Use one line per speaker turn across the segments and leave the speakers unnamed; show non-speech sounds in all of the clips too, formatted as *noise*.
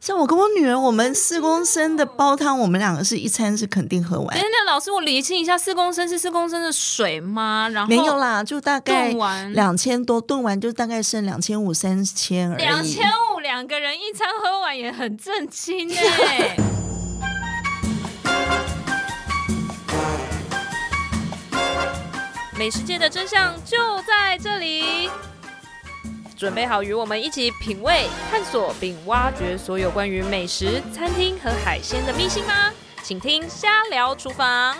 像我跟我女儿，我们四公升的煲汤，我们两个是一餐是肯定喝完
等。等，哎老师，我理清一下，四公升是四公升的水吗？然后
没有啦，就大概
炖完
两千多，炖完就大概剩两千五、三千而已。
两千五，两个人一餐喝完也很震惊哎、
*laughs*
美食界的真相就在这里，准备好与我们一起品味、探索并挖掘所有关于美食、餐厅和海鲜的秘辛吗？请听《瞎聊厨房》。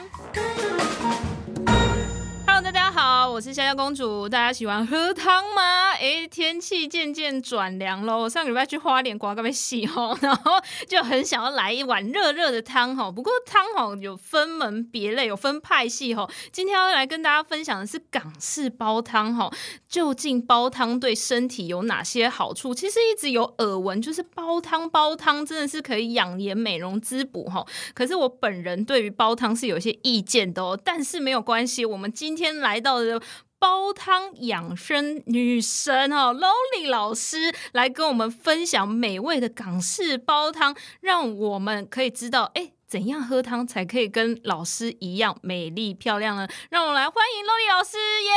Hello，大家好，我是夏夏公主。大家喜欢喝汤吗？诶，天气渐渐转凉喽。我上个礼拜去花莲刮个被洗哦， *laughs* 然后就很想要来一碗热热的汤哦。不过汤哦有分门别类，有分派系哦。今天要来跟大家分享的是港式煲汤哦。究竟煲汤对身体有哪些好处？其实一直有耳闻，就是煲汤煲汤真的是可以养颜美容滋补哈。可是我本人对于煲汤是有一些意见的哦，但是没有关系，我们今天来到的。煲汤养生女神哦，Lolly 老师来跟我们分享美味的港式煲汤，让我们可以知道，哎，怎样喝汤才可以跟老师一样美丽漂亮呢？让我们来欢迎 Lolly 老师，耶！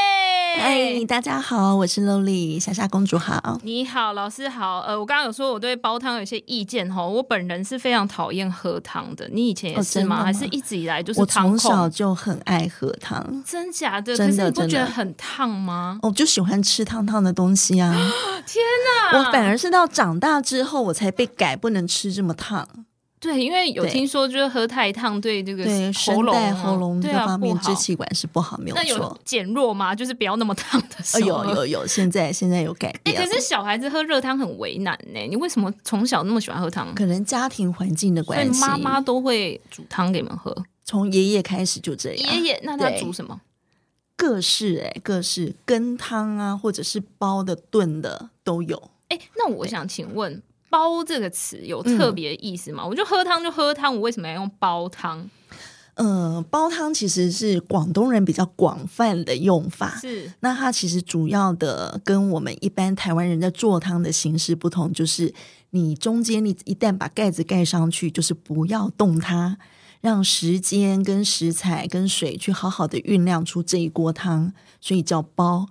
哎，大家好，我是 Lolly，小夏公主好。
你好，老师好。呃，我刚刚有说我对煲汤有些意见哈，我本人是非常讨厌喝汤的。你以前也
哦
是
真的
吗？
吗
还是一直以来就是
我
汤
从小
控？
就很爱喝汤，
真假的？
真的
可是你不
真的
觉得很烫吗？
我就喜欢吃烫烫的东西啊。
*gasps* 天哪！
我反而是到长大之后，我才被改不能吃这么烫，
对，因为有
对
听说就是喝太烫对这个
对
喉
声
咙
带、
啊、
喉咙
对
各
啊
方面
不
支
好。
气管是不好，没有
那
错
有。减弱吗？就是不要那么烫的时
呃，
候。
有有有，现在现在有改
*laughs* 哎。
变了。
可是小孩子喝热汤很为难呢、你为什么从小那么喜欢喝汤？
可能家庭环境的
所以
关系，
妈妈都会煮汤给你们喝。
从爷爷开始就这样。
爷爷，那他
对
煮什么？
各式哎、各式羹汤啊，或者是煲的、炖的都有。
哎、那我想请问“煲”这个词有
嗯
特别意思吗？我就喝汤就喝汤，我为什么要用煲汤？
呃，煲汤其实是广东人比较广泛的用法。
是
那它其实主要的跟我们一般台湾人在做汤的形式不同，就是你中间你一旦把盖子盖上去，就是不要动它，让时间跟食材跟水去好好的酝酿出这一锅汤，所以叫煲。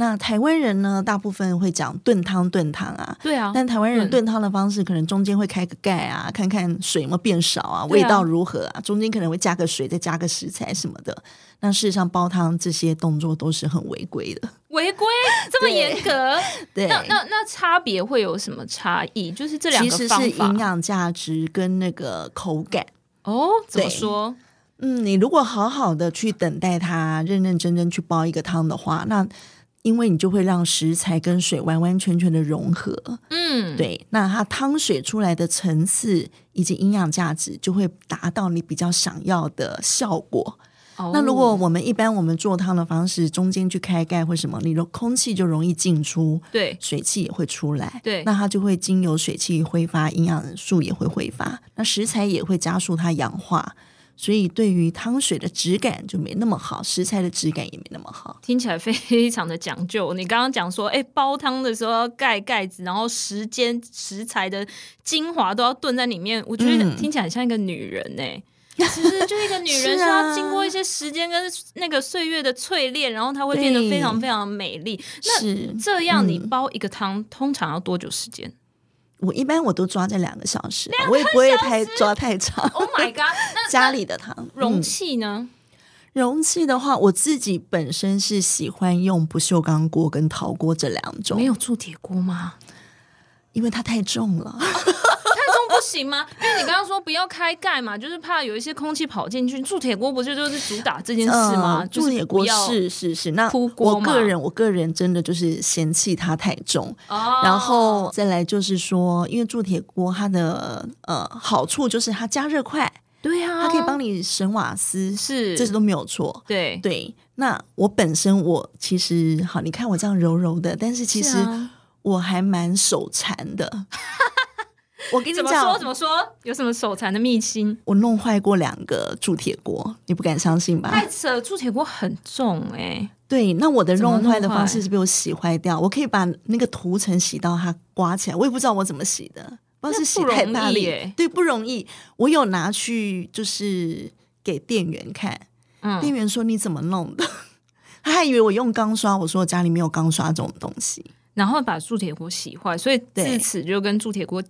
那台湾人呢，大部分会讲炖汤炖汤啊，
对啊，
但台湾人
嗯
炖汤的方式可能中间会开个盖啊，看看水有没有变少啊，
对啊
味道如何啊，中间可能会加个水，再加个食材什么的。那事实上煲汤这些动作都是很违规
*laughs*
的。
违规这么
对
严格，
对，
那那那差别会有什么差异？就是这两
其
个
实
方
是
法
营养价值跟那个口感。
哦，怎
对
么说？
嗯，你如果好好的去等待它，认认真真去煲一个汤的话，那因为你就会让食材跟水完完全全的融合。
嗯，
对，那它汤水出来的层次以及营养价值就会达到你比较想要的效果。
哦。
那如果我们一般我们做汤的方式，中间去开盖或什么，你的空气就容易进出，
对
水汽也会出来。
对
那它就会经由水汽挥发，营养素也会挥发，那食材也会加速它氧化。所以，对于汤水的质感就没那么好，食材的质感也没那么好。
听起来非常的讲究。你刚刚讲说，哎、煲汤的时候要盖盖子，然后时间食材的精华都要炖在里面，我觉得
嗯
听起来很像一个女人呢、 *laughs* 其实就一个女人
是
是要
啊
经过一些时间跟那个岁月的淬炼，然后她会变得
对
非常非常美丽。那
是
这样你
嗯
煲一个汤、通常要多久时 *laughs* 间
我一般我都抓在两个小时，啊我也不会太抓太长。
？Oh my god！那
家里的汤
容
嗯
器呢？
容器的话，我自己本身是喜欢用不锈钢锅跟陶锅这两
没
种，
有铸铁锅吗？
因为它太重了。
太重不行吗？因为你刚刚说不要开盖嘛，就是怕有一些空气跑进去。铸铁锅不就就是主打这件事吗？
嗯
就是
铸铁锅
不要
是是是，那
铺锅
我
嘛
个人我个人真的就是嫌弃它太重，
哦
然后再来就是说，因为铸铁锅它的呃好处就是它加热快，
对啊，
它可以帮你省瓦斯，
是
这些都没有错。
对
对，那我本身我其实好，你看我这样柔柔的，但是其
是
实
啊
我还蛮手残的。 *laughs* 我跟你
怎么说
讲
怎，么说？有什么手残的秘辛？
我弄坏过两个铸铁锅，你不敢相信吧
太？扯，铸铁锅很重哎、
对，那我的
怎么
弄坏的
弄
方
坏
式是被我洗坏掉，我可以把那个涂层洗到它刮起来，我也不知道我怎么洗的，不知道是洗
那不
太
容
大
易
力
耶，
对，不容易。我有拿去就是给店员看，店
嗯，
员说你怎么弄的？ *laughs* 他还以为我用钢刷，我说我家里没有钢刷这种东西。
然后把铸铁锅洗坏，所以自
对
此就跟铸铁锅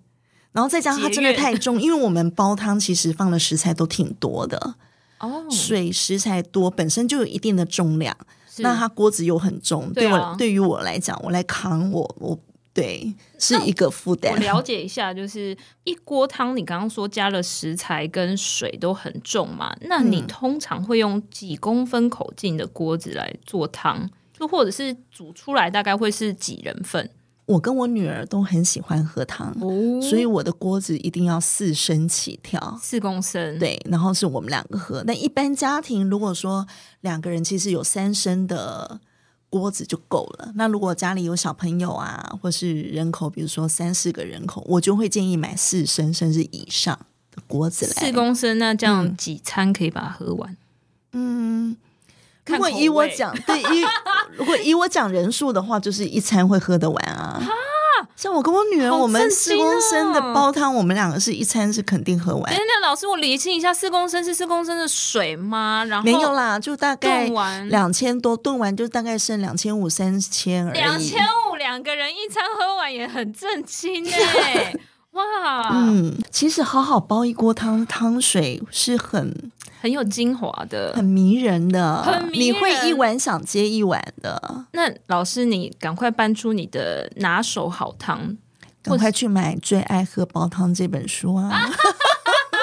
然后再加上它真的太重，因为我们煲汤其实放的食材都挺多的，
哦，
水食材多本身就有一定的重量，
是
那它锅子又很重，
对
对
啊
我对于我来讲，我来扛我我对是一个负
我
担。
了解一下，就是一锅汤，你刚刚说加了食材跟水都很重嘛，那你通常会用几公分口径的锅子来做汤，就或者是煮出来大概会是几人份？
我跟我女儿都很喜欢喝汤，
哦
所以我的锅子一定要四升起跳。
四公升，，
对，然后是我们两个喝。那一般家庭如果说两个人其实有三升的锅子就够了。那如果家里有小朋友啊，或是人口，比如说三四个人口，我就会建议买四升甚至以上的锅子来。
四公升，那这样几餐可以把它喝完？
如
看
果
口
以我
味
讲，对，
*laughs*
以如果以我讲人数的话，就是一餐会喝得完啊。像我跟我女儿，
好
我们
震
四
惊
公升的
哦
煲汤，我们两个是一餐是肯定喝完
哎、。那老师，我理清一下，四公升是四公升的水吗？然后
没有啦，就大概
炖完
两千多，炖完就大概剩两千五、三千而已。
两千五，两个人一餐喝完也很震惊 *laughs* 哎、哇，
嗯，其实好好煲一锅汤，汤水是很
很有精华 *laughs* 的，
很迷人的，
很迷人
你会一碗想接一碗的。
那老师，你赶快搬出你的拿手好汤。
赶快去买《最爱喝煲汤》这本书啊！
*laughs*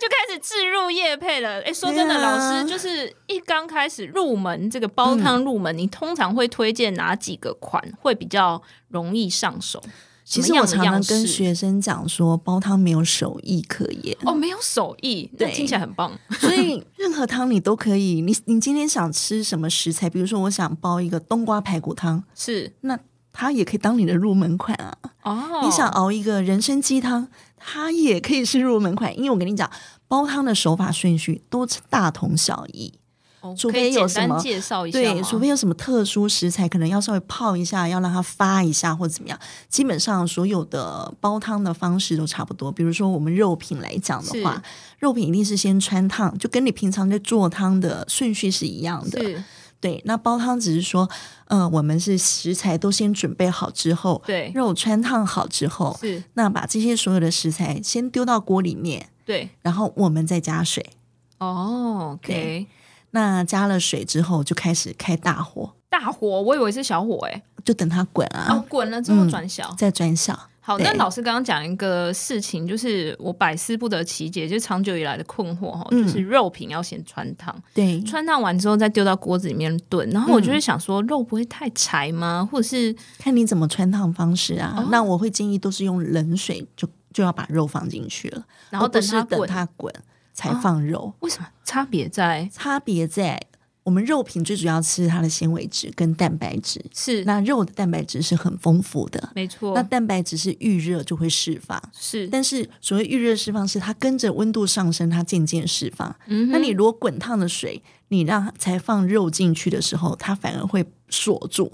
就开始置入叶配了。哎、说真的，
对
老
啊
师就是一刚开始入门这个煲汤入门，你通常会推荐哪几个款会比较容易上手？
其
什
实
么样
我
的
常常
样式
跟学生讲说，煲汤没有手艺可
*laughs*
言，
哦，没有手艺，那
对
听起来很棒。
所以任何汤你都可以。你你今天想吃什么食材？比如说，我想煲一个冬瓜排骨汤，
是
那它也可以当你的入门款啊。
哦，
你想熬一个人参鸡汤，它也可以是入门款，因为我跟你讲，煲汤的手法顺序都大同小异。
哦
除
可
非
以
有
简
什
单
么
介绍一下
对，
吗
除非有什么特殊食材，可能要稍微泡一下，要让它发一下或怎么样。基本上所有的煲汤的方式都差不多。比如说我们肉品来讲的话，肉品一定是先穿烫，就跟你平常在做汤的顺序是一样的。
是
对，那煲汤只是说，呃，我们是食材都先准备好之后，
对
肉穿烫好之后，
是，
那把这些所有的食材先丢到锅里面，
对
然后我们再加水。
哦，OK，
那加了水之后，就开始开大火，
大火，我以为是小火哎、
就等它滚啊，
哦，滚了之后
嗯
转小。
再转小。
好，
对
那老师刚刚讲一个事情，就是我百思不得其解，就是长久以来的困惑哈，
嗯
就是肉品要先穿烫，
对，
穿烫完之后再丢到锅子里面炖，然后我就会想说，肉不会太柴吗？或者是
看你怎么穿烫方式啊。
哦
那我会建议都是用冷水就就要把肉放进去了，
然后
哦而不
等
是
它
等
滚，哦
它滚才放肉。
为什么差别在
差别在我们肉品最主要吃它的纤维质跟蛋白质，
是
那肉的蛋白质是很丰富的，
没错
那，蛋白质是预热就会释放。
是
但是所谓预热释放，是它跟着温度上升，它渐渐释放。
嗯哼
那你如果滚烫的水，你让它才放肉进去的时候，它反而会锁住。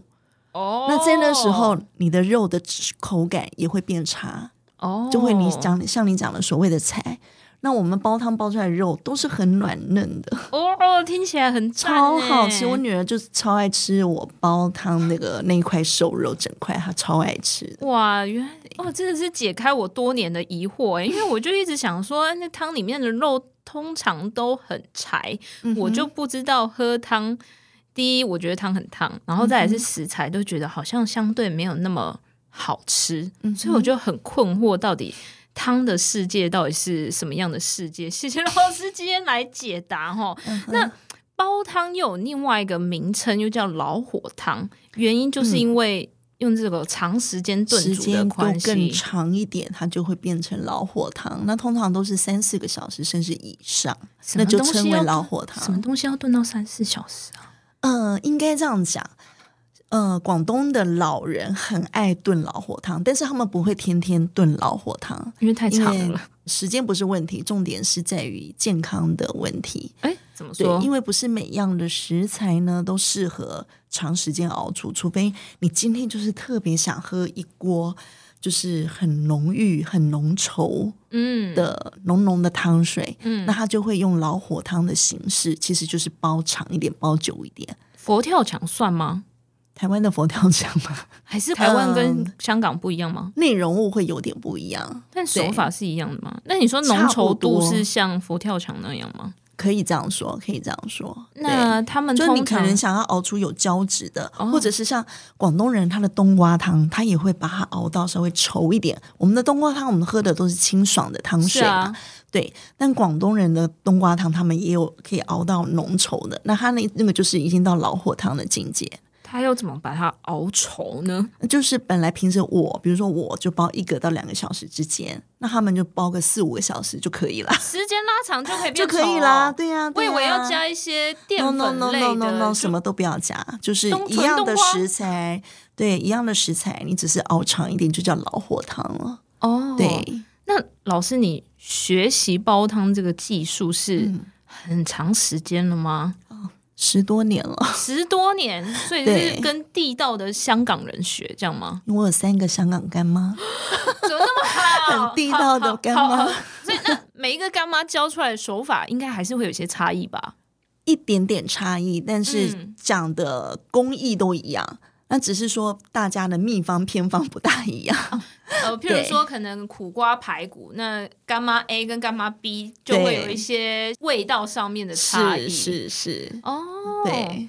哦，
那在那时候，你的肉的质口感也会变差，
哦
就会你讲像你讲的所谓的柴。那我们煲汤煲出来的肉都是很软嫩
*laughs*
的，
哦哦，听起来很赞
超好
欸
吃。我女儿就是超爱吃我煲汤那个那一块瘦肉整块，她超爱吃的。
哇，原来哦，真的是解开我多年的疑惑欸，因为我就一直想说，哎那汤里面的肉通常都很柴，
嗯
嗯我就不知道喝汤。第一，我觉得汤很烫，然后再来是
嗯
食材，都觉得好像相对没有那么好吃，
嗯
所以我就很困惑，到底汤的世界到底是什么样的世界？谢谢老师今天来解答哈。
嗯
那煲汤又有另外一个名称，又叫老火汤，原因就是因为用这个长时间炖
时
煮的
间够
关
更
系。
长一点，它就会变成老火汤。那通常都是三四个小时甚至以上，
什
那
么
就
东西
称为
要
老火
什么
汤。
东西要炖到三四小时啊？
呃，应该这样讲。呃，广东的老人很爱炖老火汤，但是他们不会天天炖老火汤，
因为太
因
长
为
了。
时间不是问题，重点是在于健康的问题。
哎，怎么
对
说，？
因为不是每样的食材呢都适合长时间熬煮，除非你今天就是特别想喝一锅就是很浓郁、很浓稠
嗯
的浓浓的汤水。
嗯
那，它就会用老火汤的形式，其实就是煲长一点、煲久一点。
佛跳墙算吗？
台湾的佛跳墙嘛，
还是台湾跟
嗯
香港不一样吗？
*laughs* 内容物会有点不一样，
但手法是一样的吗？那你说浓
差不
稠度
多
是像佛跳墙那样吗？
可以这样说，可以这样说。
那他们
对就是你
通
可
常
能想要熬出有胶质的，
哦
或者是像广东人他的冬瓜汤，他也会把它熬到稍微稠一点。我们的冬瓜汤，我们喝的都是清爽的汤
是
水嘛，
啊，
对，但广东人的冬瓜汤，他们也有可以熬到浓稠的。那他那那个就是已经到老火汤的境界，
他要怎么把它熬稠呢？
就是本来平时我，比如说我就煲一个到两个小时之间，那他们就煲个四五个小时就可以了，
时间拉长就可以
就
变
可以
稠
啦。
哦。
对啊呀、
我
对
以
呀
为要加一些淀
no no
粉
no
类
no
的
no no
就
什么都不要加，就是
冬
一
存
样
冬
的
瓜
食材，对，一样的食材，你只是熬长一点就叫老火汤了。
哦。
对，
那老师，你学习煲汤这个技术是
嗯
很长时间了吗？
十多年了， *laughs*
十多年，所以
对
是跟地道的香港人学这样吗？
因为我有三个香港干妈，
怎么那么
*laughs*
好？
很地道的干妈
好。好好 *laughs* 所以那每一个干妈教出来的手法，应该还是会有一些差异吧？
一点点差异，但是
嗯
讲的工艺都一样。那只是说大家的秘方偏方不大一样，
呃，譬如
对
说，可能苦瓜排骨，那干妈 A 跟干妈 B 就
对
会有一些味道上面的差异。
是是是，
哦，
对，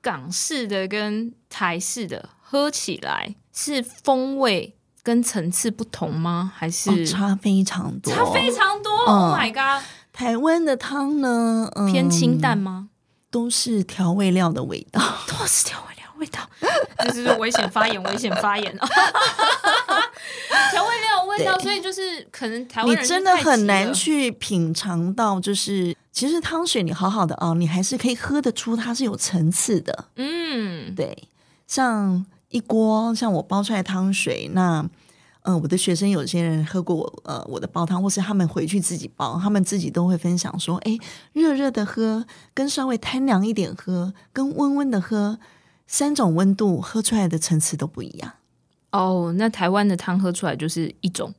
港式的跟台式的喝起来是风味跟层次不同吗？还是、
哦差非常多。
差非常多、
嗯
o h my god！
台湾的汤呢，嗯，
偏清淡，吗？
都是调味料的味道。
都是调味料味道， *laughs* 这就是危险发言，危险发言。 *laughs* 调味料味道，
对
所以就是可能台湾
你
人
真的
太急
很难
了
去品尝到，就是其实汤水你好好的啊熬，你还是可以喝得出它是有层次的。
嗯，
对，像一锅像我煲出来的汤水，那呃，我的学生有些人喝过我呃我的煲汤，或是他们回去自己煲，他们自己都会分享说，哎，热热的喝，跟稍微贪凉一点喝，跟温温的喝，三种温度喝出来的层次都不一样，
哦，那台湾的汤喝出来就是一种，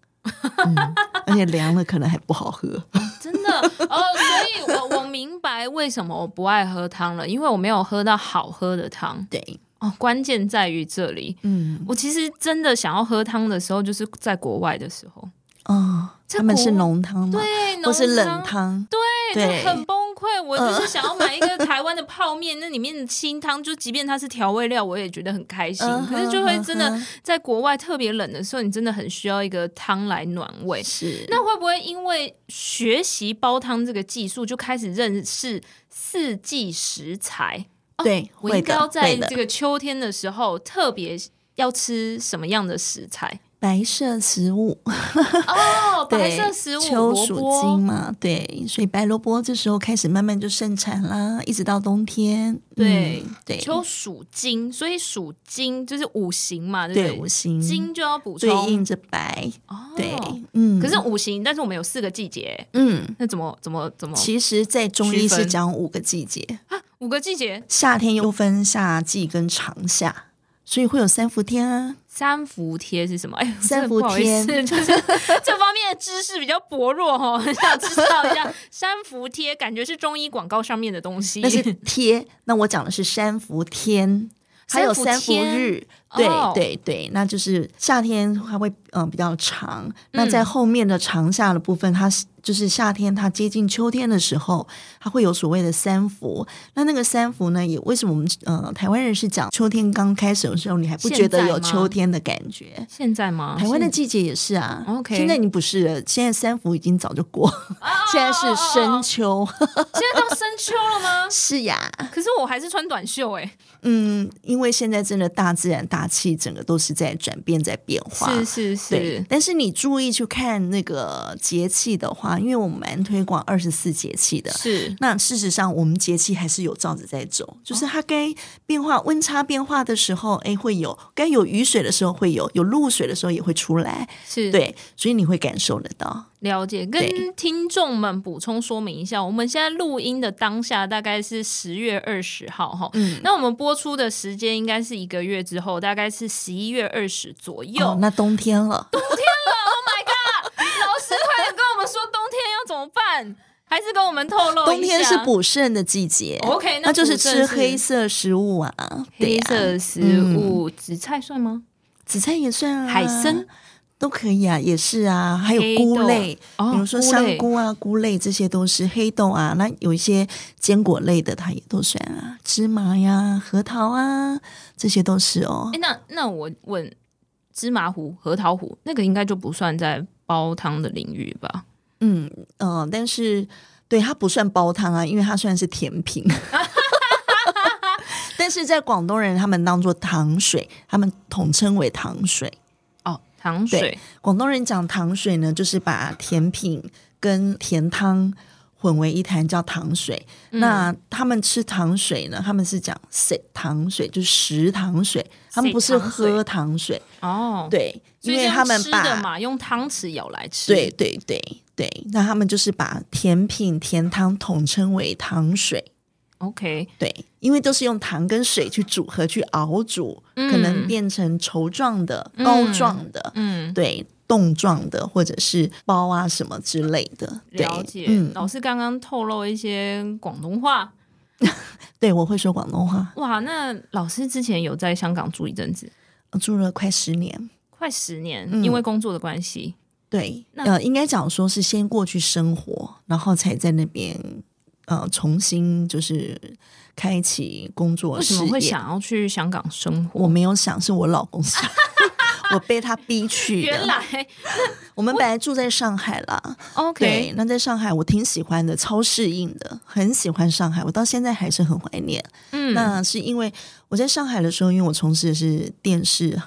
而且凉了可能还不好喝。 *laughs*
真的哦，所以我我明白为什么我不爱喝汤了，因为我没有喝到好喝的汤
对，
哦，关键在于这里。
嗯，
我其实真的想要喝汤的时候，就是在国外的时候，
哦，
这
他们是
国
浓汤吗？
对，
或是
浓
冷汤，对嗯
对，就很崩溃。我就是想要买一个台湾的泡面，那里面的清汤，就即便它是调味料，我也觉得很开心。
嗯
可是就会
哼
真的
嗯哼
在国外特别冷的时候，你真的很需要一个汤来暖胃。
是
那会不会因为学习煲汤这个技术，就开始认识四季食材？
对，
哦我
会
应该
的
要在
会的
这个秋天的时候特别要吃什么样的食
*laughs*
材？
白色食物，
哦，白
对，
色食物，
秋
萝
属金
卜。
嘛，对，所以白萝卜这时候开始慢慢就盛产啦，一直到冬天，
对
嗯、对，
秋属金，所以属金就是五行嘛，对
对
不
五
对？
行
金就要补
嗯对
充
应着白，
哦。
对，嗯，
可是五行，但是我们有四个季节，
嗯。
那怎么怎么怎么
其实，在中
区
医
分
是讲五个季节，
五个季节？
夏天又分夏季跟长夏，所以会有三伏天啊，
三伏贴是什么？哎呦，真的
三伏
不好意思
贴
*laughs* 就是这方面的知识比较薄弱哦， *laughs* 很想知道一下三伏贴，感觉是中医广告上面的东西。 *laughs*
那是贴，那我讲的是三伏天，还有
三
三
伏
伏
天
日，对、
哦
对对，那就是夏天它会嗯、呃比较长，那
嗯
在后面的长夏的部分，它是就是夏天它接近秋天的时候，它会有所谓的三伏。那那个三伏呢，也为什么我们呃台湾人是讲秋天刚开始的时候，你还不觉
现
得
在
有
吗
秋天的感觉？
现在吗？
台湾的
现
季节也是啊
哦 OK 哦
现在你不是了，现在三伏已经早就过，现在是深秋，？
现在到深秋了吗
是呀。
可是我还是穿短袖哎、
嗯，因为现在真的大自然大气整个都是在转变，在变化。
是是
对
是，，
但是你注意去看那个节气的话，因为我们蛮推广二十四节气的。
是
那事实上，我们节气还是有照着在走，
哦
就是它该变化、温差变化的时候，哎，会有；该有雨水的时候会有，有露水的时候也会出来。
是，
对，所以你会感受得到。
了解。
对
跟听众们补充说明一下，我们现在录音的当
嗯
下大概是十月二十号哈，那我们播出的时间应该是一个月之后，大大概是十一月二十左右。
哦，那冬天了，
*laughs* 老师快点跟我们说冬天要怎么办，还是跟我们透露一下
冬天是补肾的季节。
OK，
那就是
啊哦补肾
吃黑色食物啊，对
黑
呀、
色食物，紫菜算
嗯
吗？
紫菜也算啊，
海参
都可以啊，也是啊，还有
黑
菇
豆
类，
哦
比如说
菇
香
类
菇啊、菇类，这些都是黑豆啊。那有一些坚果类的，它也都算啊，芝麻呀、核桃啊，这些都是哦
哎、。那那我问，芝麻糊、核桃糊那个应该就不算在煲汤的领域吧？
嗯嗯、呃但是对它不算煲汤啊，因为它算是甜品。 *laughs* 但是在广东人他们当做糖水，他们统称为糖水。
哦，糖
对
水
广东人讲糖水呢，就是把甜品跟甜汤混为一谈，叫糖水。
嗯
那他们吃糖水呢，他们是讲食糖水，就是食糖水，他们不是喝糖水。
哦，，
对，
所以
因为
是用
他们
吃的
把
嘛，用汤匙舀来吃，
对对对对，那他们就是把甜品甜汤统称为糖水。
，OK，
对，因为都是用糖跟水去组合、去熬煮，
嗯
可能变成稠状的、膏状的，
嗯。
对冻状的或者是包啊什么之类的。对
了解，
嗯，
老师刚刚透露一些广东话，
对我会说广东话，
哇，那老师之前有在香港住一阵子，
我住了快十年。
快十年，
嗯
因为工作的关系，
对，
那
呃，应该讲说是先过去生活，然后才在那边呃重新就是开启工作
为
事
什
业。
么会想要去香港生活？
我没有想，是我老公想。 *laughs* 我被他逼去的。
*laughs*
*laughs*
原来
我们本来住在上海啦，对
OK，，
那在上海我挺喜欢的，超适应的，很喜欢上海，我到现在还是很怀念。
嗯，
那是因为我在上海的时候，因为我从事的是电视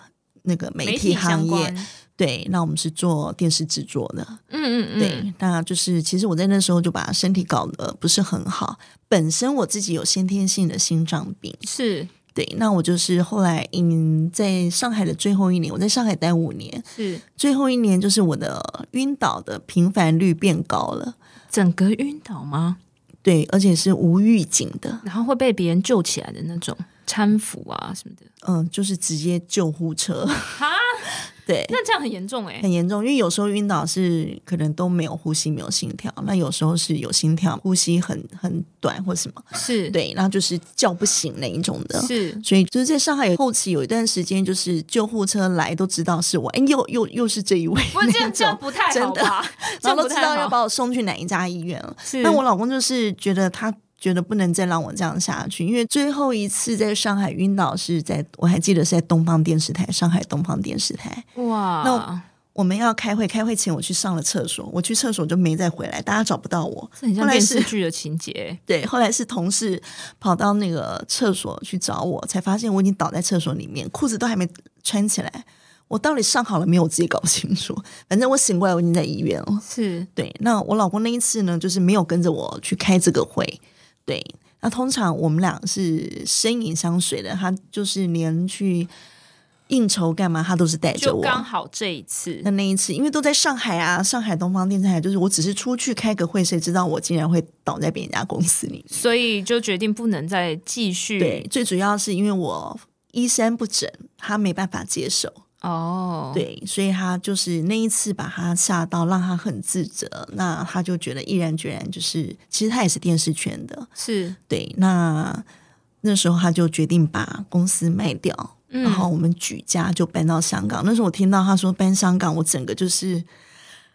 那个媒
媒
体
体
行
相
业
关，，
对，那我们是做电视制作的，
嗯嗯嗯，
对，那就是其实我在那时候就把身体搞得不是很好，本身我自己有先天性的心脏病，
是
对，那我就是后来嗯，在上海的最后一年，我在上海待五年，
是，
最后一年就是我的晕倒的频繁率变高了，
整个晕倒吗？
对，而且是无预警的，
然后会被别人救起来的那种搀扶啊什么的
嗯，就是直接救护车，
啊，
*laughs* 对，
那这样很严重哎、
很严重，因为有时候晕倒是可能都没有呼吸、没有心跳，那有时候是有心跳、呼吸很很短或什么，
是，，
对，那就是叫不醒那一种的。
是
所以就是在上海后期有一段时间，就是救护车来都知道是我，哎，又又又是这一位
不是这
那
样这样
种，
不太好
真的
吧？这
然后
样不
都知道
太
要
好。
把我送去哪一家医院了。
是，
那我老公就是觉得他觉得不能再让我这样下去，因为最后一次在上海晕倒是在我还记得是在东方电视台，上海东方电视台。
哇，
那我我们要开会，开会前我去上了厕所，我去厕所就没再回来，大家找不到我。
这很
后
像
来
电
是
视剧的情节欸。
对，后来是同事跑到那个厕所去找我，才发现我已经倒在厕所里面，裤子都还没穿起来。我到底上好了没有？我自己搞不清楚。反正我醒过来，我已经在医院了。
是
对，那我老公那一次呢，就是没有跟着我去开这个会。对，那通常我们俩是身影相随的，他就是连去应酬干嘛，他都是带着
就
我。
刚好这一次
那那一次，因为都在上海啊，上海东方电视台，就是我只是出去开个会，谁知道我竟然会倒在别人家公司里？
所以就决定不能再继续。
对，最主要是因为我衣衫不整，他没办法接受，
哦，，
对，所以他就是那一次把他吓到，让他很自责，那他就觉得毅然决然，就是其实他也是电视圈的，
是，
对，那那时候他就决定把公司卖掉，
嗯
然后我们举家就搬到香港。那时候我听到他说搬香港，我整个就是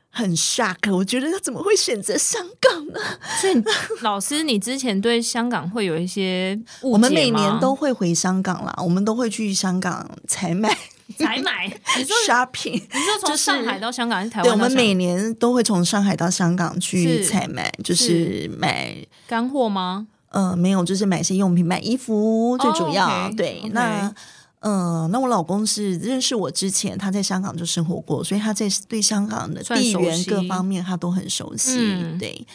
很 shock，我觉得他怎么会选择香港呢？
所以老师，你之前对香港会有一些误解
我们每
吗
年都会回香港啦，我们都会去香港采买
才买，
*laughs*
你说
shopping。
你说
就
从
是
上海到香港还是台湾
对，
到
我
香
们
港？
每年都会从上海到香港去
是
采买，就是买
干货吗？
呃，没有，就是买一些用品，买衣服最主要。
哦 OK，
对
OK
那呃，那我老公是认识我之前，他在香港就生活过，所以他在对香港的
算
地
熟
缘各
悉
方面他都很熟悉。
嗯
对，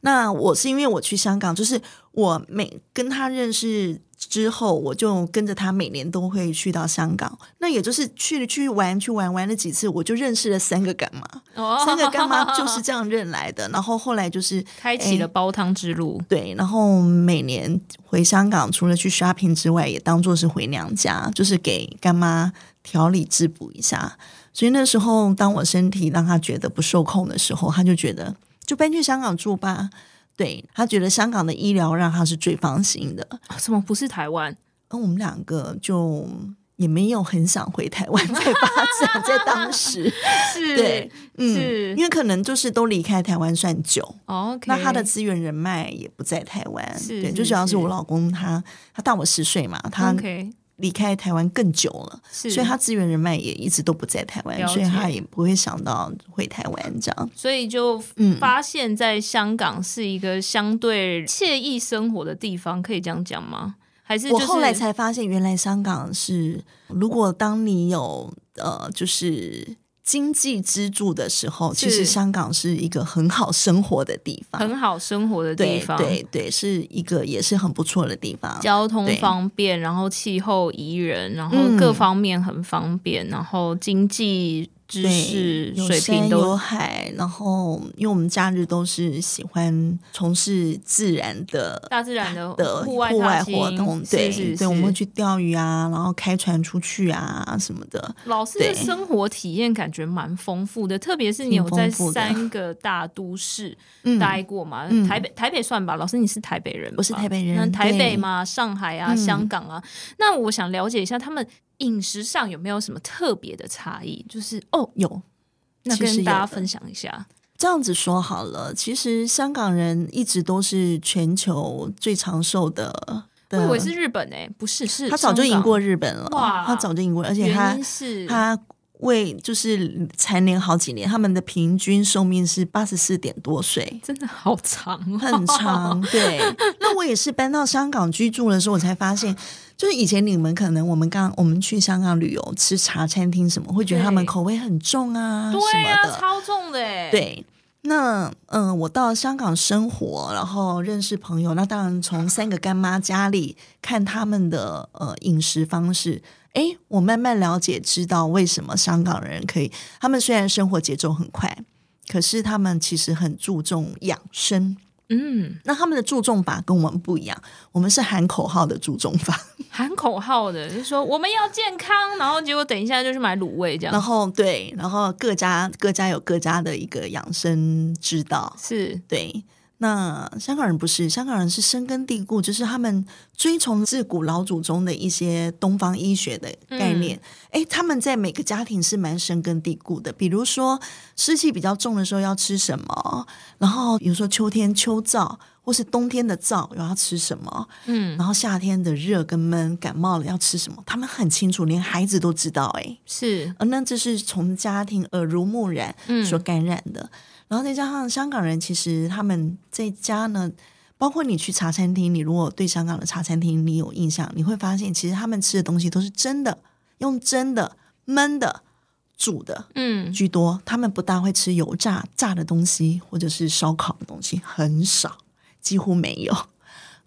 那我是因为我去香港，就是我每跟他认识之后，我就跟着他每年都会去到香港。那也就是去了去玩去玩玩了几次，我就认识了三个干妈，
哦
三个干妈
*laughs*
就是哎这样认来的。然后后来就是
开启了
哎
煲汤之路。
对，然后每年回香港，除了去 shopping 之外，也当做是回娘家，就是给干妈调理滋补一下。所以那时候，当我身体让她觉得不受控的时候，她就觉得就搬去香港住吧。对她觉得香港的医疗让她是最放心的。
啊怎么不是台湾？
那我们两个就也没有很想回台湾再发展，在当时，
是，
对，
是
嗯，因为可能就是都离开台湾算久，
o k
那他的资源人脉也不在台湾，
是
对，
是
就主要
是
是我老公他他大我十岁嘛，他
OK
离开台湾更久了，
是，
所以他资源人脉也一直都不在台湾
了，解
所以他也不会想到回台湾这样。
所以就
嗯
发现，在香港是一个相对惬意生活的地方，可以这样讲吗？还是、就是、
我后来才发现，原来香港是，如果当你有呃，就是。经济支柱的时候，
是
其实香港是一个很好生活的地方，
很好生活的地
对
方，
对对，是一个也是很不错的地方。
交通
对
方便，然后气候宜人，然后
嗯
各方面很方便，然后经济知识
嗯有
水平
山有
都
海，然后因为我们假日都是喜欢从事自然的
大自然的
的
户
户
外踏
外
青
活动，
是
对
是是
对，我们会去钓鱼啊，然后开船出去啊什么的，
老师的
对
生活体验感觉蛮丰富的，特别是你
挺
有在
丰富的
三个大都市
嗯，
待过嘛？
嗯
台北台北算吧，老师你是台北人吧，
我是台北人
那台北
对
嘛，上海啊，
嗯
香港啊，那我想了解一下他们饮食上有没有什么特别的差异？就是哦，
有。
那
其实
跟大
有
家
的
分享一下。
这样子说好了，其实香港人一直都是全球最长寿的。
我
的
以为是日本诶、欸不是，是
嗯他早就赢过
香
日本了，
哇
他早就赢过，而
港，
且他
原因是
他为就是蝉联好几年，他们的平均寿命是八十四点多
*laughs*
岁。
真的好长、哦，
很长，
*laughs*
对。那我也是搬到香港居住的时候，我才发现，就是以前你们可能我们刚我们去香港旅游吃茶餐厅什么，会觉得他们
对
口味很重啊，
对
什
啊，
么的，
超重的诶、，
对。那嗯、呃我到香港生活，然后认识朋友，那当然从三个干妈家里看他们的呃饮食方式，诶，我慢慢了解知道为什么香港人可以，他们虽然生活节奏很快，可是他们其实很注重养生。
嗯，
那他们的注重法跟我们不一样，我们是喊口号的注重法，
喊口号的，就是说我们要健康，然后结果等一下就去买卤味这
*laughs* 然
样，
后对，然后各家各家有各家的一个养生之道，
是
对，那香港人不是，香港人是深根蒂固，就是他们追从自古老祖宗的一些东方医学的概念。诶，他们在每个家庭是蛮深根蒂固的。比如说湿气比较重的时候要吃什么，然后比如说秋天秋燥。或是冬天的燥，然后要吃什么？
嗯
然后夏天的热跟闷，感冒了要吃什么？他们很清楚，连孩子都知道、诶。
是，
呃，那这是从家庭耳濡目染
嗯
所感染的。然后再加上香港人，其实他们在家呢，包括你去茶餐厅，你如果对香港的茶餐厅你有印象，你会发现其实他们吃的东西都是真的，用真的、焖的、煮的
嗯，
居多。他们不大会吃油炸炸的东西，或者是烧烤的东西，很少，几乎没有。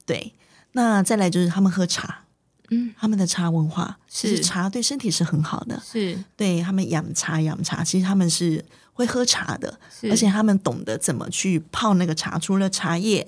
对，那再来就是他们喝茶，
嗯，
他们的茶文化，其实
是
茶对身体是很好的。
是
对他们养茶养茶，其实他们是会喝茶的，
是，
而且他们懂得怎么去泡那个茶。除了茶叶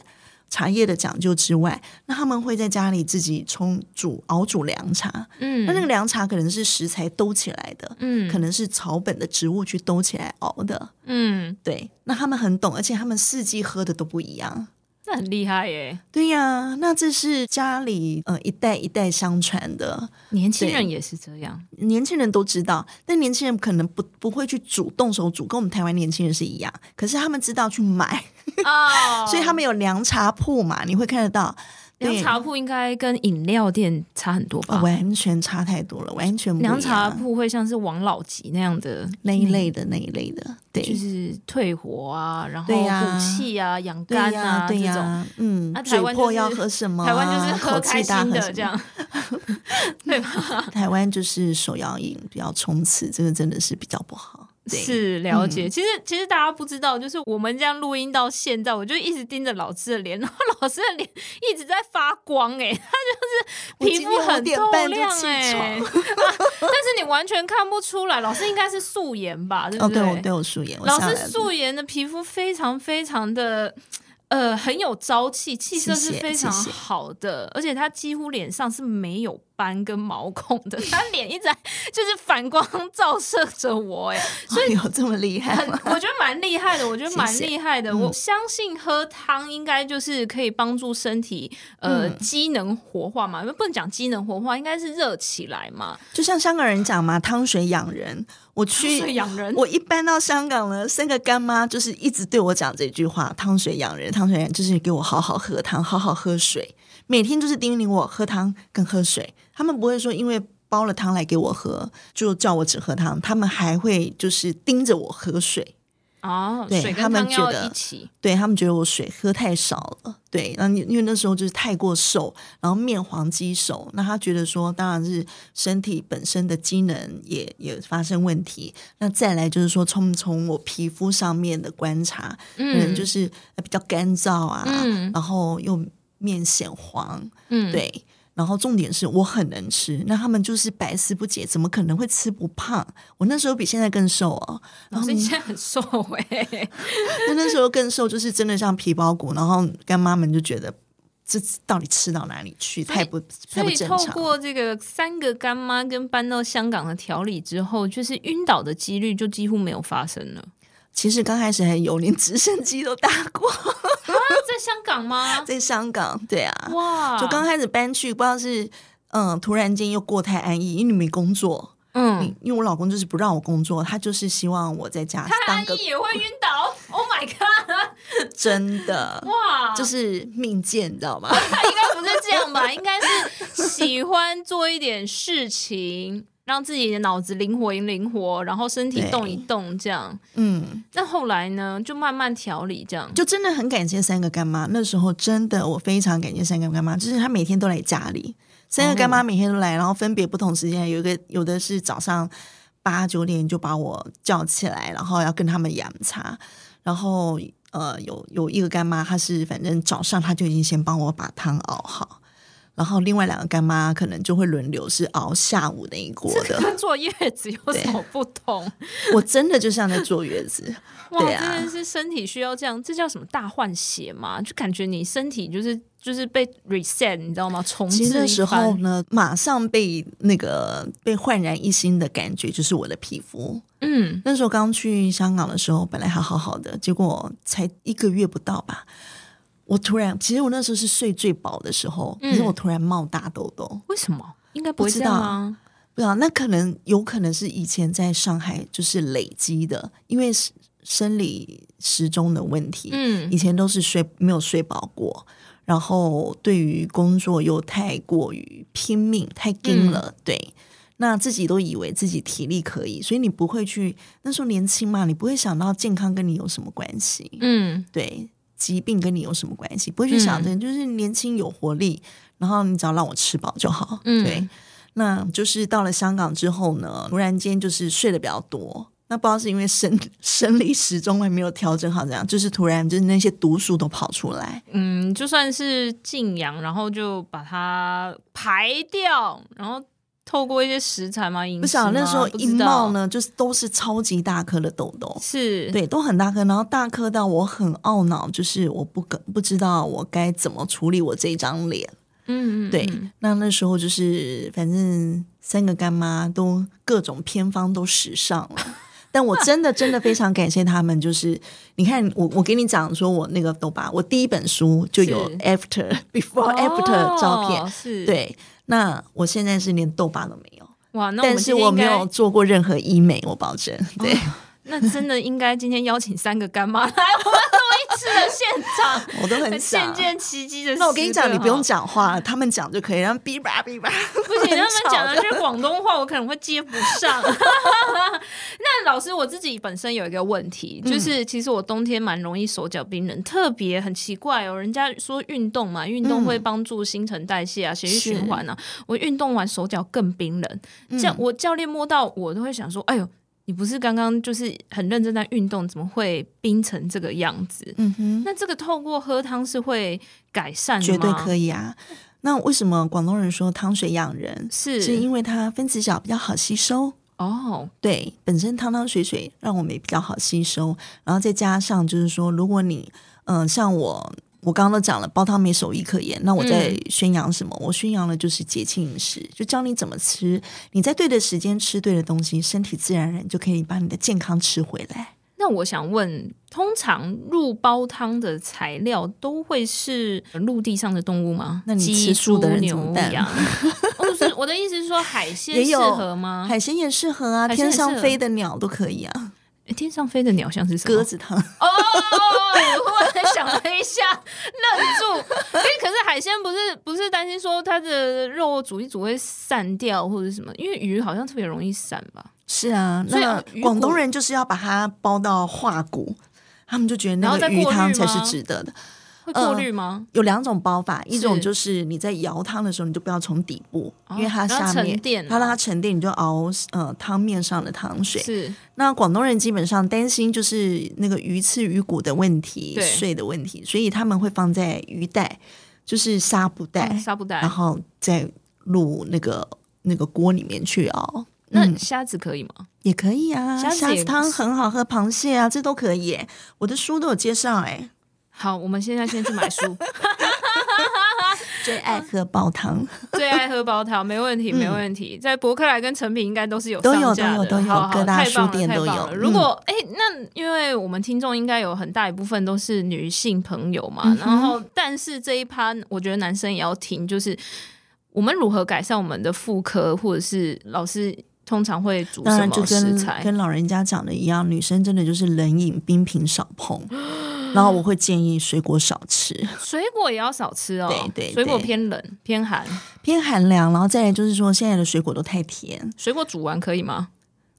茶叶的讲究之外，那他们会在家里自己冲煮熬煮凉茶。
嗯
那那个凉茶可能是食材兜起来的，
嗯
可能是草本的植物去兜起来熬的。
嗯，
对，那他们很懂，而且他们四季喝的都不一样。
那很厉害耶，
对呀、那这是家里呃一代一代相传的，
年轻
对
人也是这样，
年轻人都知道，但年轻人可能不不会去主动手煮，跟我们台湾年轻人是一样。可是他们知道去买，
哦，
*laughs* 所以他们有凉茶铺嘛，你会看得到。
凉
对
茶铺应该跟饮料店差很多
哦
吧？
完全差太多了，完全不一样
凉茶铺会像是王老吉那样的
那一类的那一类的，对，
嗯就是退火啊，然后
对呀
补气啊、养
对
肝
呀，对
这种。
呀，嗯
啊，台
嘴
湾就
破
是
要喝什么啊？
台湾就是喝
口
开
气大
心
喝
的
什
这
么？
样， *laughs* 对吧？
台湾就是手摇饮比较冲刺，这个真的是比较不好。对嗯
是了解，其实其实大家不知道，就是我们这样录音到现在，我就一直盯着老师的脸，然后老师的脸一直在发光、欸，哎，他
我
就是
今
皮
天
肤很
5点
透
半就
亮、
起
欸， *laughs* 哎、
床
但是你完全看不出来，老师应该是素颜吧，对不
哦，对，我
对
对我素颜，我
老
下
师
来了
素颜的皮肤非常非常的。呃，很有朝气，气色是
谢谢
非常
谢谢
好的，而且她几乎脸上是没有斑跟毛孔的，她脸一直在 *laughs* 就是反光 *laughs* 照射着我，哎，
哦 *laughs* 有这么厉害
*laughs* 很
吗？
我觉得蛮厉害的，我觉得蛮
谢谢嗯
厉害的。我相信喝汤应该就是可以帮助身体呃
嗯
机能活化嘛，不能讲机能活化，应该是热起来嘛，
就像香港人讲嘛，汤水养人。我
水
去，
养人。
我一搬到香港了，三个干妈就是一直对我讲这句话：汤水养人，汤水养人，就是给我好好喝汤，好好喝水。每天就是叮咛我喝汤跟喝水，他们不会说因为煲了汤来给我喝，就叫我只喝汤，他们还会就是盯着我喝水。
哦，
对
水
他
跟
们
汤
觉
要
得
一起。
对他们觉得我水喝太少了，对，那因因为那时候就是太过瘦，然后面黄肌瘦，那他觉得说，当然是身体本身的机能也也发生问题。那再来就是说，从从我皮肤上面的观察，可能就是呃比较干燥啊，
嗯
然后又面显黄，
嗯，
对。然后重点是我很能吃，那他们就是百思不解，怎么可能会吃不胖？我那时候比现在更瘦哦，
老师你现在很瘦
*laughs*
哎、
那那时候更瘦，就是真的像皮包骨，然后干妈们就觉得这到底吃到哪里去，
所以
太不太
所
不
以
正
透
常。
过这个三个干妈跟搬到香港的调理之后，就是晕倒的几率就几乎没有发
*laughs*
生了。
其实刚开始还有，连直升机都搭过，
啊，在香港吗？
在香港，对啊，
哇，
就刚开始搬去，不知道是嗯，突然间又过太安逸，因为你没工作，
嗯，
因为我老公就是不让我工作，他就是希望我在家当
安
个
逸也会晕倒。Oh my god！
真的，
哇，
就是命贱，你知道
*laughs*
吗？
他应该不是这样吧？应该是喜欢做一点事情，让自己的脑子灵活一灵活，然后身体
对
动一动这样。
嗯。
那后来呢？就慢慢调理这样。
就真的很感谢三个干妈。那时候真的我非常感谢三个干妈，就是她每天都来家里，三个干妈每天都来，然后分别不同时间，有一个有的是早上八九点就把我叫起来，然后要跟他们养茶，然后呃有有一个干妈，她是反正早上她就已经先帮我把汤熬好。然后另外两个干妈可能就会轮流是熬下午那一锅的，
*laughs* 跟坐月子有什么不同？
我真的就像在坐月子，
哇，
对啊
真的是身体需要这样，这叫什么大换血嘛？就感觉你身体就是就是被 reset，你知道吗？重置
其
一
实
番
那时候呢，马上被那个被焕然一新的感觉，就是我的皮肤。
嗯，
那时候刚去香港的时候，本来还好好的，结果才一个月不到吧，我突然，其实我那时候是睡最饱的时候，可是
嗯
我突然冒大痘痘，
为什么？应该不会
不知
这
道
样啊。
不知道那可能有可能是以前在上海就是累积的，因为是生理时钟的问题，
嗯
以前都是睡没有睡饱过，然后对于工作又太过于拼命，太
嗯
硬了，对。那自己都以为自己体力可以，所以你不会去那时候年轻嘛，你不会想到健康跟你有什么关系，
嗯，
对，疾病跟你有什么关系，不会去想着、就是年轻有活力，然后你只要让我吃饱就好，
嗯
对。那就是到了香港之后呢，突然间就是睡得比较多。那不知道是因为生 *laughs* 生理时钟还没有调整好，怎样？就是突然就是那些毒素都跑出来，
嗯，就算是静养，然后就把它排掉，然后透过一些食材嘛，饮食
不晓得
吗
那时候
不
一
知道
冒呢，就是都是超级大颗的痘痘，
是，
对，都很大颗，然后大颗到我很懊恼，就是我不敢不知道我该怎么处理我这一张脸。
嗯，嗯
对
嗯，
那那时候就是反正三个干妈都各种偏方都使上了。
*laughs*
但我真的真的非常感谢他们，就是你看我我给你讲说我那个痘疤，我第一本书就有
是
after *laughs* before after 照片，
哦是，，
对，那我现在是连痘疤都没有，
哇，那
但
们
是
今天
我
应
没
该哦
有，做过任何医美，我保证，
*laughs*
对，
那真的应该今天邀请三个干妈来我们录音室的现场。
我都 *laughs* 很
现
想。
见奇迹的时刻哈，
那我跟你讲，你不用讲话，他们讲就可以，然后哔吧哔吧，
不行，他们
吵
讲的
的
就是广东话，我可能会接不
*laughs*
上。那老师，我自己本身有一个问题，
嗯
就是其实我冬天蛮容易手脚冰冷，特别很奇怪哦。人家说运动嘛，运动
嗯
会帮助新陈代谢啊、血液循
嗯
环啊，我运动完手脚更冰冷。这样我教练摸到我都会想说：“哎呦。”你不是刚刚就是很认真在运动，怎么会冰成这个样子？
嗯哼，
那这个透过喝汤是会改善的吗？
绝对可
以，
以啊。那为什么广东人说汤水养人？
是
是因为它分子少比较好吸收，
哦，
对，本身汤汤水水让我们也比较好吸收，然后再加上就是说，如果你嗯、呃像我。我刚刚都讲了，煲汤没手艺可言。那我在
嗯
宣扬什么？我宣扬的就是节气饮食，就教你怎么吃。你在对的时间吃对的东西，身体自然而然就可以把你的健康吃回来。
那我想问，通常入煲汤的材料都会是陆地上的动物吗？
那你
鸡
吃素的人
猪
怎么
牛
办
羊 *laughs* 哦不是我的意思是说，海鲜
也
适
有
合吗？
海鲜也适合啊，
海鲜也
天
适合哦
上飞的鸟都可以啊。
诶天上飞的鸟像是什么？
鸽子汤，
哦，我忽然想了一下，愣住。因为可是海鲜不是不是担心说它的肉煮一煮会散掉或者什么，因为鱼好像特别容易散吧。
是啊。
所以
那
鱼骨
广东人就是要把它煲到化骨，他们就觉得
然
那
后再
个鱼
过滤
汤才
吗
是值得的。
会
呃
过滤吗？
有两种煲法，一种就是你在舀汤的时候，你就不要从底部，
哦
因为它
让
下
它
面
沉淀啊
它让它沉淀，你就熬呃汤面上的汤水。
是
那广东人基本上担心就是那个鱼刺鱼骨的问题、
对
碎的问题，所以他们会放在鱼袋，就是纱布袋，
嗯纱布袋
然。后再入那个那个锅里面去熬。
那虾子可以吗？
也可以啊，
虾子
虾
也
子汤很好喝，螃蟹啊，这都可以耶。我的书都有介绍哎，
好，我们现在先去买
*laughs*
书。
最爱喝煲汤。
最爱喝煲汤，没问题，没问题。在博客来跟成品应该都是有
嗯都有
上架的
都有都有
好好
各大
太棒了
书店
太棒
都有嗯
了如果哎、那因为我们听众应该有很大一部分都是女性朋友
嗯
嘛，然后但是这一趴，我觉得男生也要听，就是我们如何改善我们的妇科，或者是老师通常会煮
当
什
然嗯就
么食
跟
材？
跟老人家讲的一样，女生真的就是冷饮、冰品少
*gasps*
碰。然后我会建议水果少吃，
水果也要少吃哦，
对对
水果
对
偏冷偏寒，
偏寒凉。然后再来就是说，现在的水果都太甜
水果煮完可以吗？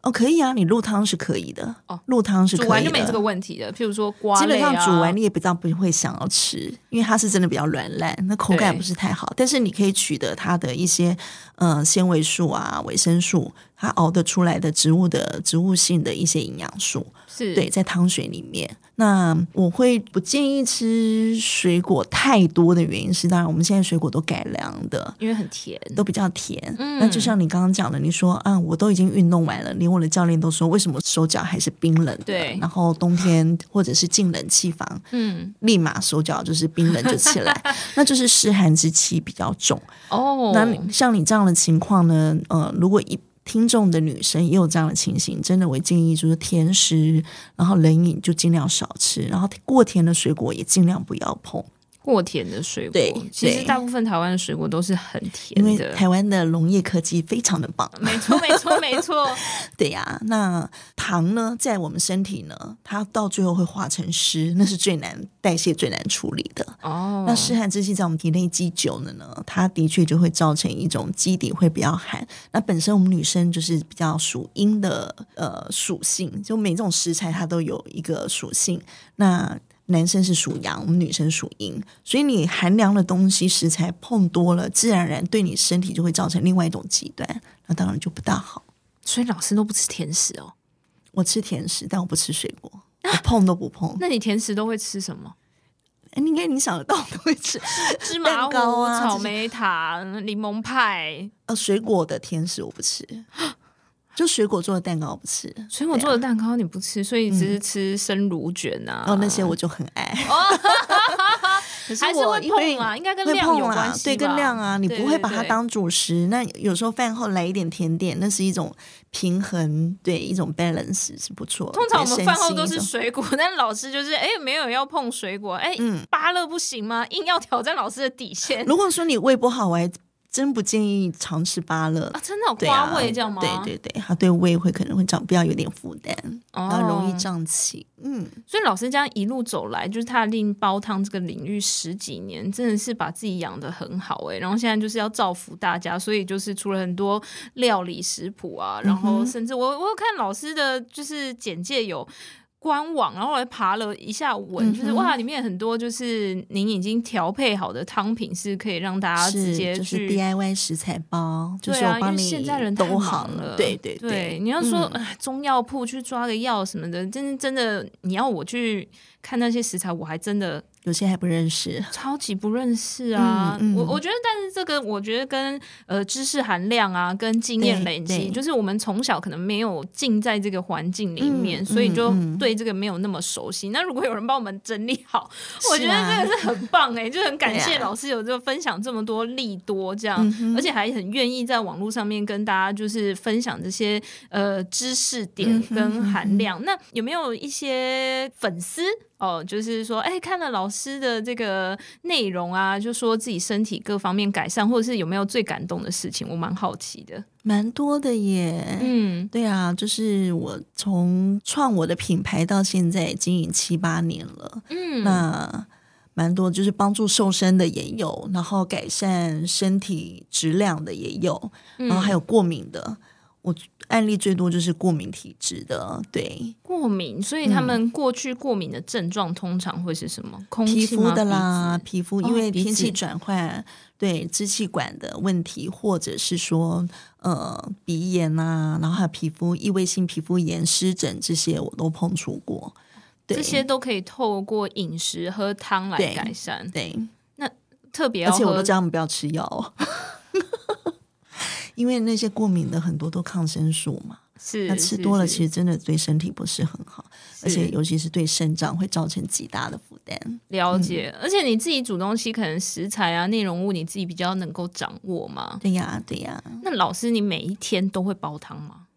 哦，可以啊，你入汤是可以的
哦
入汤是可以
煮
的。
完就没这个问题了。譬如说瓜、啊，
基本上煮完你也比较不会想要吃，因为它是真的比较软烂，那口感
对
不是太好。但是你可以取得它的一些呃纤维素啊、维生素，它熬得出来的植物的植物性的一些营养素。
是
对，在汤水里面。那我会不建议吃水果太多的原因是，当然我们现在水果都改良的，
因为很甜。
都比较甜。
嗯
那就像你刚刚讲的，你说啊，我都已经运动完了，连我的教练都说，为什么手脚还是冰冷的？
对
然后冬天或者是进冷气房，
嗯，
立马手脚就是冰冷就起来， *laughs* 那就是湿寒之气比较重。
哦，
那你像你这样的情况呢？呃，如果一听众的女生也有这样的情形，真的我建议就是甜食，然后冷饮就尽量少吃，然后过甜的水果也尽量不要碰，
过甜的水果，
对
其实
对
大部分台湾的水果都是很
因
甜
为
*laughs* 的。
台湾的农业科技非常的棒。
没错，没错，没错。
对呀、那糖呢，在我们身体呢，它到最后会化成湿，那是最难代谢、最难处理的。
*laughs* 哦，
那湿寒之气在我们体内积久了呢，它的确就会造成一种基底会比较寒。那本身我们女生就是比较属阴的呃属性，就每种食材它都有一个属性。那男生是属阳，我们女生属阴，所以你寒凉的东西食材碰多了，自然而然对你身体就会造成另外一种极端，那当然就不大好。
所以老师都不吃甜食哦。
我吃甜食，但我不吃水果，我碰都不碰。
*laughs* 那你甜食都会吃什
*laughs*
么？
哎应该你想得到我都会吃。
芝麻
蛋糕
糊、
啊
草莓塔、嗯柠檬派。
*laughs* 呃，水果的甜食我不
*gasps*
吃，就水果做的蛋糕我不吃，
所以我做的蛋糕你不吃，所以只是吃生乳卷
然啊
啊。哦
哦后那些我就很爱。 *laughs* 可是
还是
我
会
因
碰
为
啊应该跟
会
量
碰
有关
啦
系
对，跟
吧
量啊，你
对
不
对
会把它
对
当主食。那有时候饭后来一点甜点，那是一种平衡，对，一种 balance 是不错。
通常我
对
们
身
饭后
心
都
一
是
种
水果， *laughs* 但老师就是哎、没有要碰水果，哎、
嗯
芭乐不行吗？硬要挑战老师的底线
如果说你胃不好，我还真不建议常吃芭乐。
啊！真的有
对啊
瓜味这样吗？
对对对，它对胃会可能会长比较有点负担，
哦，
然后容易胀气。嗯，
所以老师这样一路走来，就是踏进煲汤这个领域十几年，真的是把自己养得很好哎、然后现在就是要造福大家，所以就是除了很多
嗯
料理食谱啊，然后甚至我我有看老师的就是简介有。官网，然后我还爬了一下文，
嗯哼
就是哇，里面很多就是您已经调配好的汤品是可以让大家直
是
接
就是
去
DIY 食材包，就
对
是
啊，
我
因
帮
为
你
现在人太
都好
忙了，
对对
对你要说、
嗯
哎中药铺去抓个药什么的，真真的你要我去看那些食材，我还真的
有些还不认识，
超级不认识啊。
嗯嗯
我我觉得，但是这个我觉得跟呃知识含量啊，跟经验
对
累积，
对
就是我们从小可能没有浸在这个环境里面，
嗯
所以就
嗯嗯
对这个没有那么熟悉。那如果有人帮我们整理好，我觉
是
得
啊
这个是很棒哎、就很感
对
谢
啊
老师有这个分享这么多利多这样。
嗯哼
而且还很愿意在网络上面跟大家就是分享这些呃知识点
嗯哼
跟含量。那有没有一些粉丝哦，就是说，哎，看了老师的这个内容啊，就说自己身体各方面改善，或者是有没有最感动的事情？我蛮好奇的。
蛮多的耶。
嗯
对啊，就是我从创我的品牌到现在经营七八年了，
嗯，
那蛮多就是帮助瘦身的也有，然后改善身体质量的也有，
嗯
哦然后还有过敏的，我案例最多就是过敏体质的，对，
过敏，所以他
嗯
们过去过敏的症状通常会是什么？空气
皮
吗
肤的啦，，皮肤因
哦
为
鼻
天气
子
转换，对支气管的问题，或者是说呃鼻炎啊，然后还有皮肤异位性皮肤炎、湿疹这些，我都碰触过。
鼻
对
子这些都可以透过饮食喝汤来
对
改善，
对，
特别
而
要
且我
喝
都叫他们不要吃药哦， *laughs* 因为那些过敏的很多都抗生素嘛，
是
那吃多了其
实
实真的对身体不是很好，而且尤其是对肾脏会造成极大的负担。
了
嗯
解，而且你自己煮东西，可能食材啊、内容物你自己比较能够掌握嘛。
对呀，对呀。
那老师，你每一天都会煲汤吗？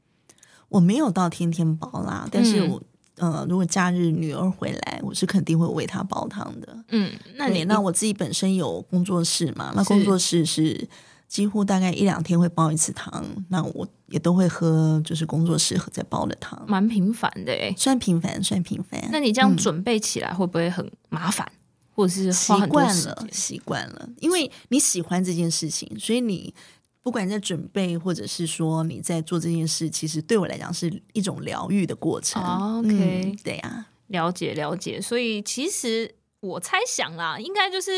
我没有到天天煲啦，但是
嗯
我、呃，如果假日女儿回来，我是肯定会为她煲汤的。
嗯，那
对
你
那我自己本身有工作室嘛，那
是
工作室是几乎大概一两天会煲一次汤，那我也都会喝，就是工作室在煲的汤，
蛮频繁的哎、
算频繁，算频繁。
那你这样准备起来会不会很麻烦，或者是
习
花很多
惯
时
了
间，？
习惯了，因为你喜欢这件事情，所以你不管在准备，或者是说你在做这件事，其实对我来讲是一种疗愈的过程。
哦，OK
嗯、对呀、
了解了解，所以其实我猜想啦，应该就是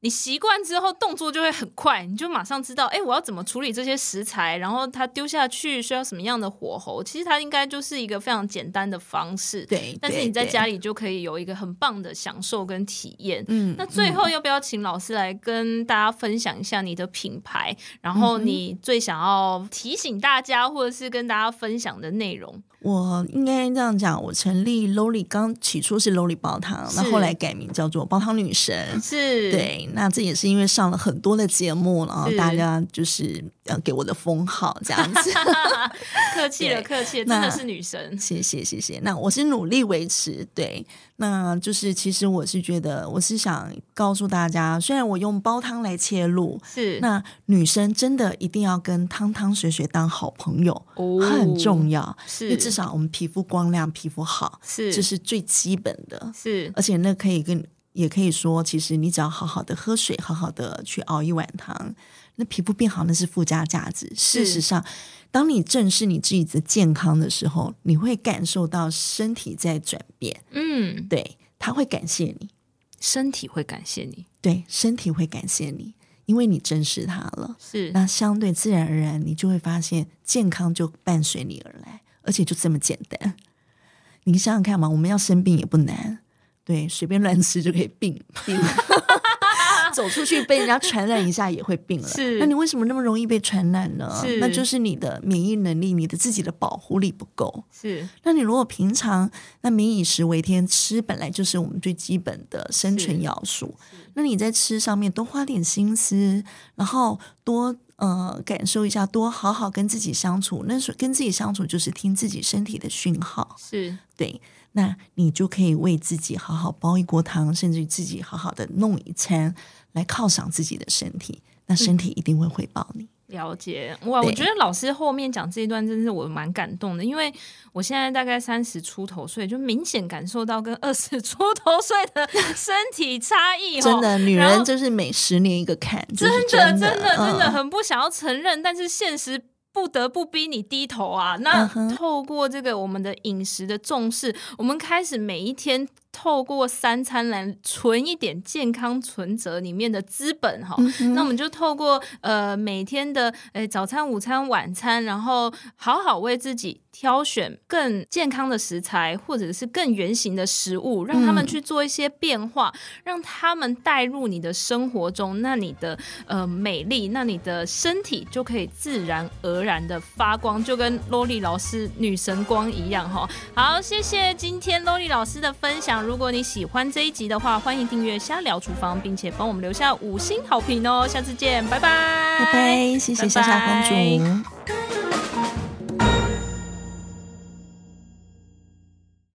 你习惯之后，动作就会很快，你就马上知道，哎、我要怎么处理这些食材，然后它丢下去需要什么样的火候。其实它应该就是一个非常简单的方式，
对，
但是
对
你在
对
家里就可以有一个很棒的享受跟体验。
嗯
那最后要不要请老师来跟大家分享一下你的品牌，然
嗯
后你最想要提醒大家或者是跟大家分享的内容？
我应该这样讲，我成立 Loli 刚起初是 Loli 煲汤，
是
那后来改名叫做煲汤女神。
是，，
对，那这也是因为上了很多的节目，然后
是
大家就是呃给我的封号这样
*laughs*
子。
客气了，
对
客气了，真
那
的是女神。
谢谢谢谢，那我是努力维持，对，那就是其实我是觉得，我是想告诉大家，虽然我用煲汤来切入，
是
那女生真的一定要跟汤汤水水当好朋友，
哦
很重要，因
是
为至少我们皮肤光亮，皮肤好，
是
这是最基本的，
是
而且那可以跟也可以说，其实你只要好好的喝水，好好的去熬一碗汤，那皮肤变好那是附加价值。事实上，当你正视你自己的健康的时候，你会感受到身体在转变，
嗯，
对，它会感谢你，
身体会感谢你，
对，身体会感谢你，因为你正视它了。
是
那相对自然而然，你就会发现健康就伴随你而来，而且就这么简单。你想想看嘛，我们要生病也不难，对，随便乱吃就可以病病。 *laughs* 走出去被人家传染一下也会病了，
是
那你为什么那么容易被传染呢
是？
那就是你的免疫能力、你的自己的保护力不够。
是
那你如果平常那民以食为天，吃本来就是我们最基本的生存要素。那你在吃上面多花点心思，然后多呃感受一下，多好好跟自己相处。那时候跟自己相处就是听自己身体的讯号，
是
对，那你就可以为自己好好煲一锅汤，甚至于自己好好的弄一餐来犒赏自己的身体。那身
嗯
体一定会回报你。
了解哇！我
对
觉得老师后面讲这一段真是我蛮感动的，因为我现在大概三十出头岁，就明显感受到跟二十出头岁的 *laughs* 身体差异哦。
真的，女
然后
人就是每十年一个坎，就是
真的
真
真的真的
嗯
很不想要承认，但是现实不得不逼你低头啊。那
嗯哼
透过这个我们的饮食的重视，我们开始每一天透过三餐来存一点健康存折里面的资本
嗯
哈。那我们就透过呃每天的呃早餐、午餐、晚餐，然后好好为自己挑选更健康的食材，或者是更原型的食物，让他们
嗯
去做一些变化，让他们带入你的生活中，那你的呃美丽，那你的身体就可以自然而然的发光，就跟洛丽老师女神光一样哈。好，谢谢今天 Loli 老师的分享。如果你喜欢这一集的话，欢迎订阅《瞎聊厨房》，并且帮我们留下五星好评哦。下次见，拜拜，
拜拜，谢谢夏夏公主。
拜拜